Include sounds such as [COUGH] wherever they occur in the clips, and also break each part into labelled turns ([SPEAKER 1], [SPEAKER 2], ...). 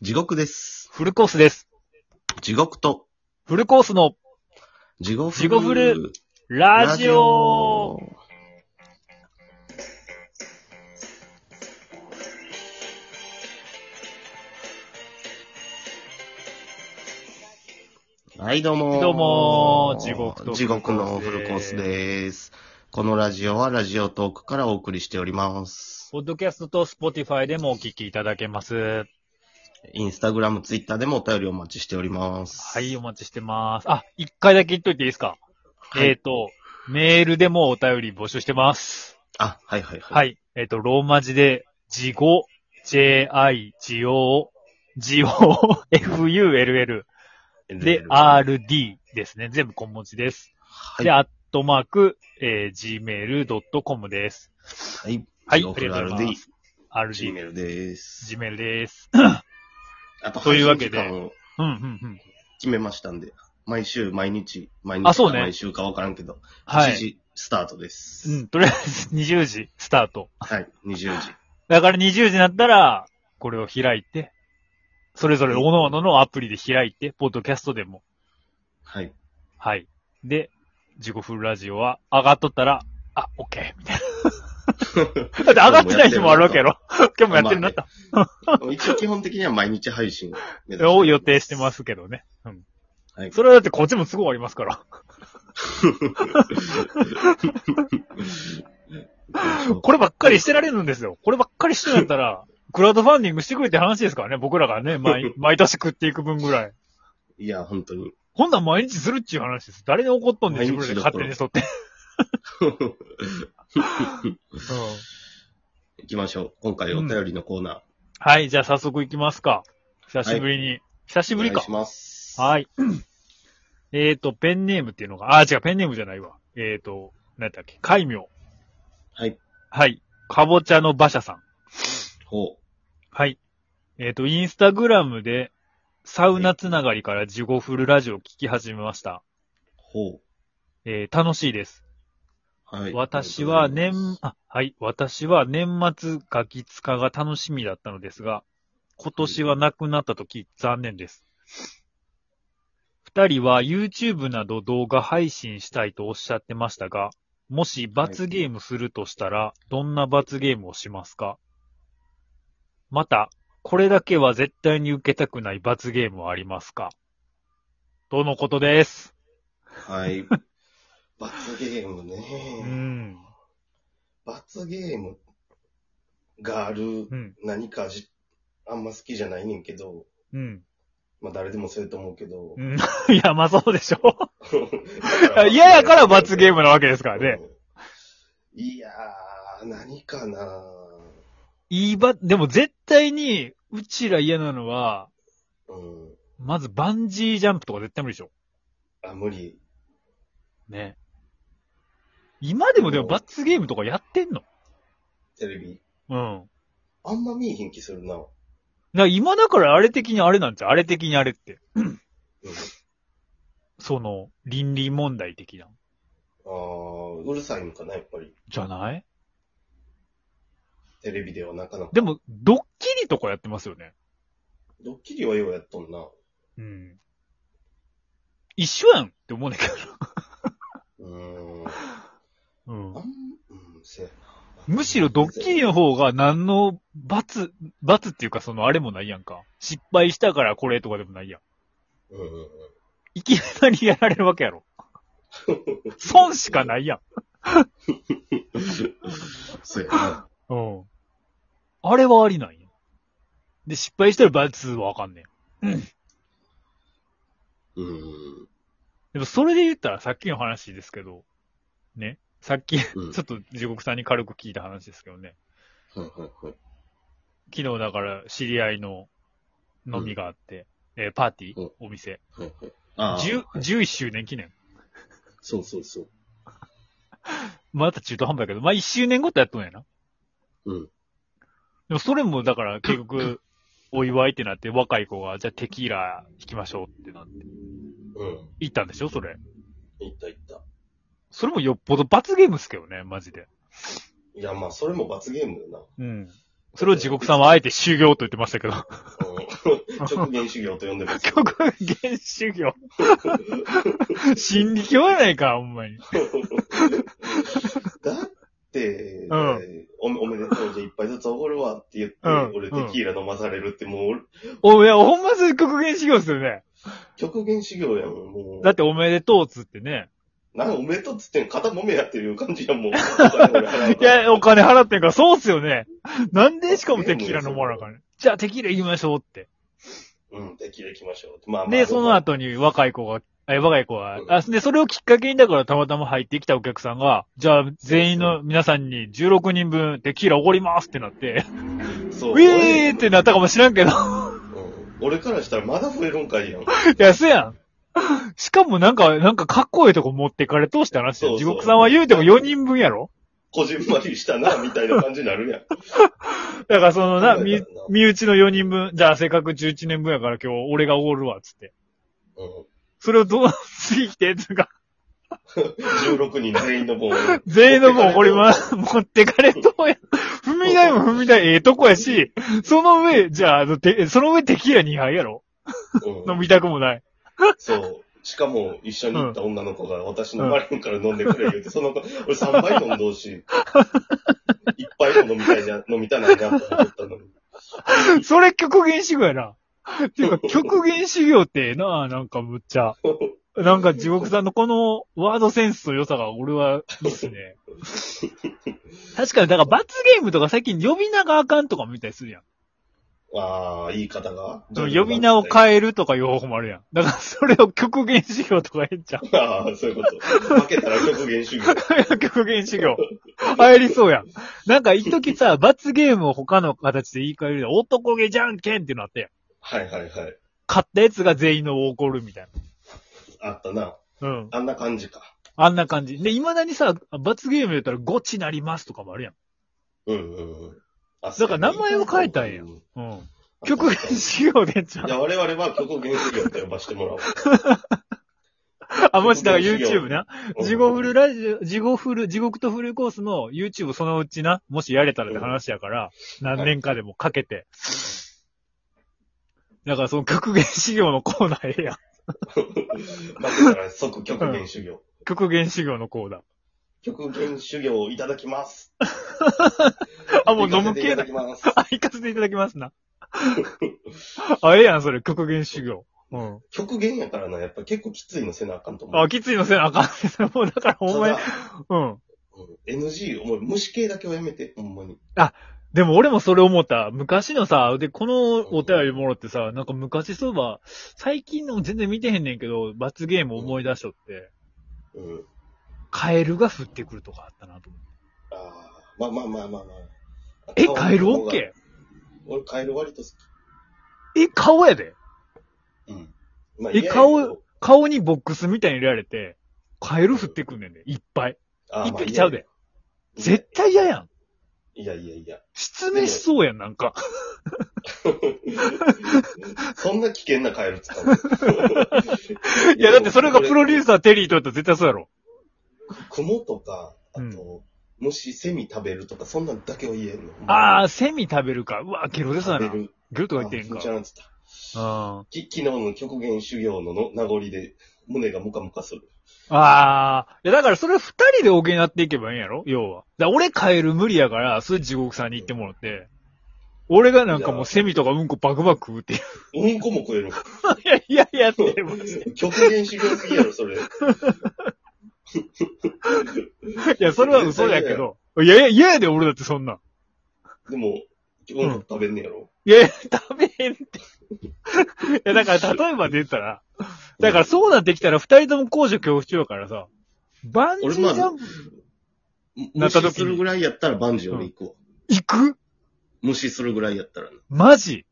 [SPEAKER 1] 地獄です。
[SPEAKER 2] フルコースです。
[SPEAKER 1] 地獄と、
[SPEAKER 2] フルコースの
[SPEAKER 1] 地獄
[SPEAKER 2] 地獄フルラジオ
[SPEAKER 1] はい、どうもー
[SPEAKER 2] どうもー地獄と
[SPEAKER 1] 地獄のフルコースです。このラジオはラジオトークからお送りしております。
[SPEAKER 2] ポッドキャストと Spotify でもお聞きいただけます。
[SPEAKER 1] インスタグラム、ツイッターでもお便りお待ちしております。
[SPEAKER 2] はい、お待ちしてます。あ、一回だけ言っといていいですか、
[SPEAKER 1] はい。
[SPEAKER 2] えっ、と、メールでもお便り募集してます。
[SPEAKER 1] あ、はいはいはい。
[SPEAKER 2] はい。えっ、と、ローマ字で、ジゴ、ji, ジオ、ジオ、full で、
[SPEAKER 1] あ
[SPEAKER 2] rd ですね。全部小文字です。
[SPEAKER 1] はい。
[SPEAKER 2] で、アットマーク、えー gmail.com です。
[SPEAKER 1] はい。
[SPEAKER 2] はい
[SPEAKER 1] 地獄
[SPEAKER 2] ありがとうございます
[SPEAKER 1] RD。Gmail
[SPEAKER 2] rd、
[SPEAKER 1] です。
[SPEAKER 2] gmail です。
[SPEAKER 1] あと、
[SPEAKER 2] というわけで
[SPEAKER 1] 配信時間を
[SPEAKER 2] うん、うん、うん。
[SPEAKER 1] 決めましたんで、毎週、毎日、毎日
[SPEAKER 2] あそう
[SPEAKER 1] か
[SPEAKER 2] ね
[SPEAKER 1] 毎週かわからんけど、
[SPEAKER 2] は
[SPEAKER 1] 8
[SPEAKER 2] い。
[SPEAKER 1] 時スタートです。
[SPEAKER 2] うん、とりあえず20時 [LAUGHS] スタート。
[SPEAKER 1] はい、20時。
[SPEAKER 2] だから20時になったら、これを開いて、それぞれ各々のアプリで開いて、ポッドキャストでも。 [LAUGHS]
[SPEAKER 1] はい。
[SPEAKER 2] はい。で、自己フルラジオは上がっとったら、あ、オッケーみたい [LAUGHS] な。だって上がってない日もあるわけやろ。今日もやってるなと。
[SPEAKER 1] 一応基本的には毎日配信を目指して
[SPEAKER 2] [LAUGHS] を予定してま。すけどね。うん。
[SPEAKER 1] はい
[SPEAKER 2] それはだってこっちもすぐ終わりま
[SPEAKER 1] [LAUGHS]
[SPEAKER 2] すから。こればっかりしてられるんですよ。こればっかりしてなったら、クラウドファンディングしてくれって話ですからね。僕らが
[SPEAKER 1] [LAUGHS]
[SPEAKER 2] ね、毎毎年食っていく分ぐらい。
[SPEAKER 1] いや、本当に。 [LAUGHS]
[SPEAKER 2] こんなん毎日するっちゅう話です。誰に怒っとんねん、自分らで勝手にそって。うん
[SPEAKER 1] 行きましょう。今回お便りのコーナー。
[SPEAKER 2] はい、じゃあ早速行きますか。久しぶりに。久し
[SPEAKER 1] お
[SPEAKER 2] ぶ
[SPEAKER 1] 願
[SPEAKER 2] り
[SPEAKER 1] い
[SPEAKER 2] か
[SPEAKER 1] し。ます。
[SPEAKER 2] はい。えっと、ペンネームっていうのが、あ、違う、ペンネームじゃないわ。えっ、と、なんだっけ、海名。
[SPEAKER 1] はい。
[SPEAKER 2] はい。かぼちゃの馬車さん。
[SPEAKER 1] ほ
[SPEAKER 2] はい。えっ、と、インスタグラムで、サウナつながりからジゴフルラジオを聞き始めました。
[SPEAKER 1] う。ほ
[SPEAKER 2] えー楽しいです。
[SPEAKER 1] う。はい。
[SPEAKER 2] 私は
[SPEAKER 1] ありがとう
[SPEAKER 2] 年、あ、はい、私は年末ガキツカが楽しみだったのですが、今年はなくなったとき残念です。二人は YouTube など動画配信したいとおっしゃってましたが、もし罰ゲームするとしたら、どんな罰ゲームをしますかまた、これだけは絶対に受けたくない罰ゲームはありますかとのことです。
[SPEAKER 1] ございます。はい。罰ゲーム
[SPEAKER 2] [LAUGHS] う
[SPEAKER 1] ね。
[SPEAKER 2] ん。
[SPEAKER 1] 罰ゲームがある
[SPEAKER 2] うん。
[SPEAKER 1] 何かじあんま好きじゃないねんけど、
[SPEAKER 2] うん。
[SPEAKER 1] まあ誰でもそうやと思うけど [LAUGHS]
[SPEAKER 2] う。ん。 [LAUGHS] いや、まあそうでしょ。
[SPEAKER 1] だから
[SPEAKER 2] 嫌やから罰ゲームなわけですからね。。
[SPEAKER 1] うんいやー、何かない
[SPEAKER 2] いば、でも絶対に、うちら嫌なのは、
[SPEAKER 1] うん。
[SPEAKER 2] まずバンジージャンプとか絶対無理でしょ。
[SPEAKER 1] あ、無理。
[SPEAKER 2] ね。今でもでも罰ゲームとかやってんの
[SPEAKER 1] テレビ。
[SPEAKER 2] うん。
[SPEAKER 1] あんま見えへん気するな。うん。
[SPEAKER 2] な今だからあれ的にあれなんちゃうあれ的にあれって。 [CLEARS THROAT] その、倫理問題的な。
[SPEAKER 1] あー、うるさいのかな、やっぱり。
[SPEAKER 2] じゃない
[SPEAKER 1] テレビではなかなか。
[SPEAKER 2] でも、ドッキリとかやってますよね。
[SPEAKER 1] ドッキリはようやっとんな。
[SPEAKER 2] うん。一緒やんって思うねんだけ
[SPEAKER 1] うーん。
[SPEAKER 2] ど。うん
[SPEAKER 1] あん、うん、せやな
[SPEAKER 2] むしろドッキリの方が何の罰、罰っていうかそのあれもないやんか。失敗したからこれとかでもないやん。
[SPEAKER 1] うんうんうん。
[SPEAKER 2] いきなりやられるわ
[SPEAKER 1] [LAUGHS]
[SPEAKER 2] けやろ。損しかないやん。
[SPEAKER 1] [LAUGHS] そうやな。
[SPEAKER 2] うん。あれはありなんや。で、失敗したら罰はわかんねん。
[SPEAKER 1] うん。
[SPEAKER 2] でもそれで言ったらさっきの話ですけど、ね。さっき、ち
[SPEAKER 1] うん
[SPEAKER 2] ょっと地獄さんに軽く聞いた話ですけどね。
[SPEAKER 1] はいはいはい。
[SPEAKER 2] 昨日だから知り合いの飲みがあって、えーパーティー、
[SPEAKER 1] うん
[SPEAKER 2] お店。
[SPEAKER 1] はいはい。あ
[SPEAKER 2] 10
[SPEAKER 1] ー、
[SPEAKER 2] 11周年記念。
[SPEAKER 1] そうそうそう。
[SPEAKER 2] また中途半端やけど、まあ、一周年ごとやっとんやな。
[SPEAKER 1] うん。
[SPEAKER 2] でもそれもだから結
[SPEAKER 1] [LAUGHS]
[SPEAKER 2] 局、お祝いってなって若い子が、じゃあテキーラ弾きましょうってなって、
[SPEAKER 1] うん。
[SPEAKER 2] 行ったんでしょそれ。
[SPEAKER 1] いったいった。
[SPEAKER 2] それもよっぽど罰ゲームっすけどね、マジで。
[SPEAKER 1] いや、まあ、それも罰ゲームよな。
[SPEAKER 2] [LAUGHS] うん。それを地獄さんはあえて修行と言ってましたけど。
[SPEAKER 1] うん直言修行と呼んでます
[SPEAKER 2] [LAUGHS]
[SPEAKER 1] よ。
[SPEAKER 2] 極限修行。心理教やないか、ほんまに。
[SPEAKER 1] だって、
[SPEAKER 2] うん
[SPEAKER 1] おめおめでとうじゃ一杯ずつおごるわって言って、
[SPEAKER 2] うん
[SPEAKER 1] 俺テキーラ飲まされるってもう、
[SPEAKER 2] お、いや、ほんまそれ極限修行するね。
[SPEAKER 1] 極限修行やもん、もう。
[SPEAKER 2] だっておめでとうっつってね。
[SPEAKER 1] なんおめでとうっつってんの肩もめやっていう感じや
[SPEAKER 2] [LAUGHS]
[SPEAKER 1] もん。い
[SPEAKER 2] いや、お金払ってんから、そうっすよ [LAUGHS] ね。なんでしかもテキーラ飲まなあかんね。じゃあテキーラ行きましょうって。
[SPEAKER 1] うん、テキーラ行きましょう。まあまあ。
[SPEAKER 2] で、その後に若い子が、え、若い子が
[SPEAKER 1] う、ん
[SPEAKER 2] あ、で、それをきっかけに、だからたまたま入ってきたお客さんが、じゃあ全員の皆さんに16人分テキーラおごりますってなって、
[SPEAKER 1] そう。
[SPEAKER 2] ウ [LAUGHS] ィーってなったかもしらんけど、 [LAUGHS]
[SPEAKER 1] うん俺からしたらまだ増えるんかいやん。
[SPEAKER 2] いや、そ [LAUGHS] やん。しかもなんか、なんかかっこいいとこ持ってかれ通した話
[SPEAKER 1] そうそう
[SPEAKER 2] や。地獄さんは言うても4人分やろ
[SPEAKER 1] こじんまりしたな、みたいな感じになるやん。
[SPEAKER 2] だからそのな、
[SPEAKER 1] そう
[SPEAKER 2] み
[SPEAKER 1] や、な
[SPEAKER 2] 身内の4人分、じゃあせっかく11年分やから今日俺がおごるわ、つって。
[SPEAKER 1] うん
[SPEAKER 2] それをどう、次来て、つうか、
[SPEAKER 1] 16人全員の分を。
[SPEAKER 2] 全員の分怒り [LAUGHS] ます。持ってかれとうや。踏み台も踏み台ええとこやし、その上、じゃああの、てその上テキーラ2杯やろ
[SPEAKER 1] うん
[SPEAKER 2] [LAUGHS] 飲みたくもない。
[SPEAKER 1] そう。しかも、一緒に行った女の子が、私のバレンから飲んでくれ言うて、その子、俺3杯飲んどうし、一杯も飲みたいじゃん、飲みたないな、と思ったのに。
[SPEAKER 2] それ極限修行やな。ていうか、極限修行ってええな、なんかむっちゃ。なんか地獄さんのこのワードセンスと良さが俺はいいっすね。確かに、だから罰ゲームとか最近呼び名があかんとかもみたいするやん。
[SPEAKER 1] ああ、言い方が。
[SPEAKER 2] その呼び名を
[SPEAKER 1] え。
[SPEAKER 2] 変えるとかいう方法もあるやん。だからそれを極限修行とか言っちゃう。
[SPEAKER 1] ああ、そういうこと。負けたら極限主義。
[SPEAKER 2] 極限修行。入りそうやん。なんか一時さ、罰ゲームを他の形で言い換えるで、男気じゃんけんってなって、
[SPEAKER 1] はいはいはい。
[SPEAKER 2] 勝ったやつが全員のを怒るみたい
[SPEAKER 1] あったな。
[SPEAKER 2] な。うん。
[SPEAKER 1] あんな感じか。
[SPEAKER 2] あんな感じ。で、未だにさ、罰ゲームやったらゴチなりますとかもあるやん。
[SPEAKER 1] うんうんうん。あ
[SPEAKER 2] だから名前を変えたんや
[SPEAKER 1] う
[SPEAKER 2] うん。極限修行でんちゃ
[SPEAKER 1] じゃ
[SPEAKER 2] う。
[SPEAKER 1] あ我々は極限主義って呼ばしてもらおう。
[SPEAKER 2] あ、もしだから YouTube な。
[SPEAKER 1] うん
[SPEAKER 2] [LAUGHS] 地獄フルラジオ、地獄フル、地獄とフルコースの YouTube そのうちな、もしやれたらって話やから、何年かでもかけて。だからその極限修行のコーナーええやん。
[SPEAKER 1] 負けたら即極限修行。
[SPEAKER 2] 極限修行のコーナ
[SPEAKER 1] [LAUGHS]
[SPEAKER 2] ー。
[SPEAKER 1] 極限修行をいただきます。
[SPEAKER 2] あ、もう飲む系
[SPEAKER 1] いた
[SPEAKER 2] だ
[SPEAKER 1] だ。きます。
[SPEAKER 2] [LAUGHS] あ、行かせていただきますな。 [LAUGHS] あ、ええやん、それ、極限修行。うん。
[SPEAKER 1] 極限やからな、やっぱ結構きついのせなあかんと思う。
[SPEAKER 2] あ、きついのせなあかん [LAUGHS] ね。もうだから、ほんまに
[SPEAKER 1] た。だ
[SPEAKER 2] うん。
[SPEAKER 1] うん NG、お前虫系だけはやめて、ほんまに。
[SPEAKER 2] でも俺もそれ思った。昔のさ、で、このお便りもろってさ、なんか昔そういえば、最近の全然見てへんねんけど、罰ゲーム思い出しとって、
[SPEAKER 1] うん。
[SPEAKER 2] カエルが降ってくるとかあったなと思って。
[SPEAKER 1] ああ、まあまあまあまあまあ。
[SPEAKER 2] え、カエルオッ
[SPEAKER 1] ー
[SPEAKER 2] ケ
[SPEAKER 1] 俺カエル割と好き。
[SPEAKER 2] ーえ、顔やで。
[SPEAKER 1] うん。まあ、
[SPEAKER 2] え
[SPEAKER 1] 嫌やけど
[SPEAKER 2] 顔、顔にボックスみたいに入れられて、カエル降ってくんねんで、いっぱい。
[SPEAKER 1] あー
[SPEAKER 2] いっ
[SPEAKER 1] まあ
[SPEAKER 2] ぱいちゃうで。絶対嫌やん。
[SPEAKER 1] いやいやいや。
[SPEAKER 2] 失明しそうやん、なんか。
[SPEAKER 1] そんな危険なカエル使うの
[SPEAKER 2] [LAUGHS] いや、だってそれがプロデュー
[SPEAKER 1] ス。
[SPEAKER 2] サーテリーとやったら絶対そうやろ。
[SPEAKER 1] クモとか、あと、虫、セミ食べるとか、そんなんだけは言えるの。
[SPEAKER 2] あ
[SPEAKER 1] あ、
[SPEAKER 2] ー、セミ食べるか。うわ、ゲロ出そうやな。
[SPEAKER 1] 食べ
[SPEAKER 2] ゲ
[SPEAKER 1] る。
[SPEAKER 2] ロと
[SPEAKER 1] あ
[SPEAKER 2] か
[SPEAKER 1] 気
[SPEAKER 2] 言って
[SPEAKER 1] 持
[SPEAKER 2] んか
[SPEAKER 1] ち。悪いっつった
[SPEAKER 2] うん。
[SPEAKER 1] き昨日の極限修行のの名残で、胸がムカムカする。
[SPEAKER 2] ああ。いや、だからそれ二人で補っていけばいいんやろ要は。だから俺カエル無理やから、それ地獄さんに行ってもらって。俺がなんかもうセミとかうんこバクバク食 [LAUGHS] うって。い
[SPEAKER 1] うんこも食え
[SPEAKER 2] [LAUGHS]
[SPEAKER 1] る。
[SPEAKER 2] やいやいやって、マジで
[SPEAKER 1] 極限修行すぎやろ、それ。
[SPEAKER 2] [LAUGHS] いや、それは嘘やけど。いやいや、嫌やで俺だってそんなん。
[SPEAKER 1] でも、うんこ食べんねやろ。
[SPEAKER 2] いやいや、食べへんって。いや、だから例えばで言ったら、だからそうなってきたら二人とも高所恐怖症やからさ、バンジージャンプな
[SPEAKER 1] 無
[SPEAKER 2] った時に
[SPEAKER 1] 視するぐらいやったらバンジー俺行くわ。
[SPEAKER 2] 行く
[SPEAKER 1] 無視するぐらいやったらな。
[SPEAKER 2] マジ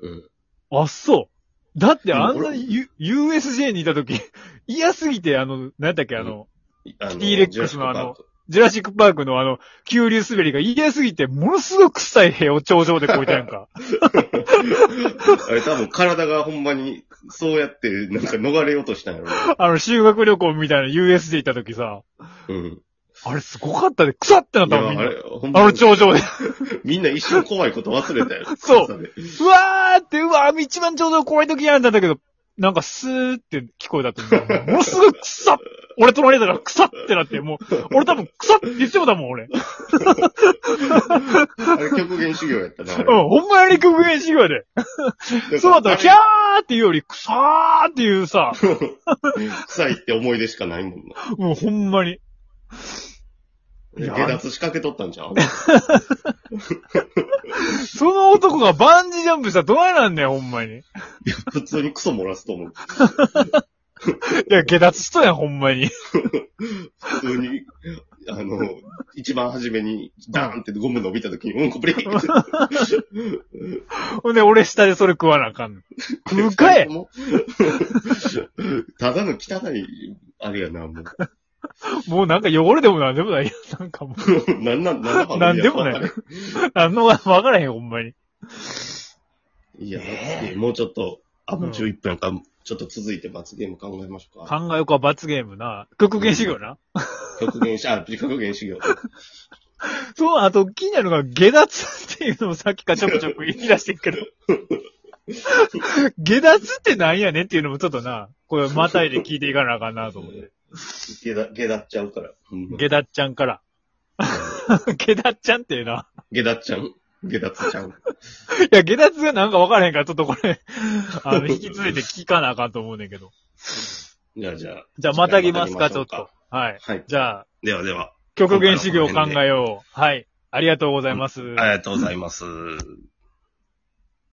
[SPEAKER 1] うん。
[SPEAKER 2] あ、そう。だってあん
[SPEAKER 1] うん
[SPEAKER 2] な
[SPEAKER 1] 俺
[SPEAKER 2] U- USJ にいたとき、 [LAUGHS] 嫌すぎて、あの、何だっけ、あの、
[SPEAKER 1] あ
[SPEAKER 2] キ
[SPEAKER 1] の
[SPEAKER 2] ティレックスのあの、ジュラシックパークのあの、急流滑りが嫌すぎて、ものすごく臭い塀を頂上で越えたやんか。
[SPEAKER 1] ジュラシックパークあれ多分体がほんまに、そうやって、なんか逃れようとしたんやろ。
[SPEAKER 2] あの、修学旅行みたいな USJ 行ったときさ、
[SPEAKER 1] うん。
[SPEAKER 2] あれすごかったで、くさってなったもん、みん
[SPEAKER 1] あ
[SPEAKER 2] な。
[SPEAKER 1] れ、ほん
[SPEAKER 2] あ
[SPEAKER 1] ま
[SPEAKER 2] の
[SPEAKER 1] に
[SPEAKER 2] 頂上で。
[SPEAKER 1] みんな一瞬怖いこと忘れたよ。
[SPEAKER 2] [LAUGHS] そう
[SPEAKER 1] 朝で。
[SPEAKER 2] うわーって、うわー、一番頂上怖い時やんだったけど、なんかスーって聞こえたって、ものすごいくさっ俺取られたからくさってなって、も [LAUGHS] う、俺多分くさって言ってもだもん、俺。うん、
[SPEAKER 1] あれ極限修行やったな。あれ
[SPEAKER 2] ほんまに極限修行で。そうだったら、キャー
[SPEAKER 1] あ
[SPEAKER 2] っていうより、くさーっていう [LAUGHS] さ、
[SPEAKER 1] れ臭いって思い出しかないもんな。
[SPEAKER 2] もうほんまに。いや
[SPEAKER 1] 下脱仕掛けとったんちゃ
[SPEAKER 2] [LAUGHS]
[SPEAKER 1] う
[SPEAKER 2] その男がバンジージャンプしたらどうなんねん、ほんまに。い
[SPEAKER 1] 普通にクソ漏らすと思う。
[SPEAKER 2] や、下脱しとんやん、ほんまに。
[SPEAKER 1] 普通に、あの、一番初めに、ダーンってゴム伸びた時に、うんこブリーンって。
[SPEAKER 2] ほんで、俺下でそれ食わなあかんの。 [LAUGHS] 食うか
[SPEAKER 1] [LAUGHS] 二人
[SPEAKER 2] い
[SPEAKER 1] ともただの汚い、あれやな、もう。
[SPEAKER 2] もうなんか汚れでもなんでもないよ。なんかもう、
[SPEAKER 1] なんなん、なんの
[SPEAKER 2] なんでもない。あの、わからへん、ほんまに。
[SPEAKER 1] いや、
[SPEAKER 2] ね
[SPEAKER 1] もうちょっと、あ、もううん11分か、ちょっと続いて罰ゲーム考えましょうか。
[SPEAKER 2] 考えようか、罰ゲームな。極限修行な。
[SPEAKER 1] 極限し、あ、極限修行。
[SPEAKER 2] そう、あと気になるのが、下脱っていうのもさっきからちょくちょく言い出してるけど。 [LAUGHS] 下脱ってなんやねんっていうのもちょっとな、これまたいで聞いていかなあかんなと思って。
[SPEAKER 1] 下だ、下だっちゃうから。うん
[SPEAKER 2] 下脱ちゃんから。 [LAUGHS] 下脱ちゃんっていうな。
[SPEAKER 1] 下だっちゃう下だつちゃう。
[SPEAKER 2] いや、下脱がなんかわからへんから、ちょっとこれ、あ [LAUGHS] の、引き続いて聞かなあかんと思うねんけど。
[SPEAKER 1] じゃあ、じゃあ。
[SPEAKER 2] じゃあ、またぎますか、ち
[SPEAKER 1] 次
[SPEAKER 2] ょっ
[SPEAKER 1] 回またぎまし
[SPEAKER 2] と
[SPEAKER 1] ょ。
[SPEAKER 2] はい。
[SPEAKER 1] うか。はい。
[SPEAKER 2] じゃあ、
[SPEAKER 1] ではでは、
[SPEAKER 2] 極限修行を考えよう。はい。ありがとうございます。
[SPEAKER 1] ありがとうございます。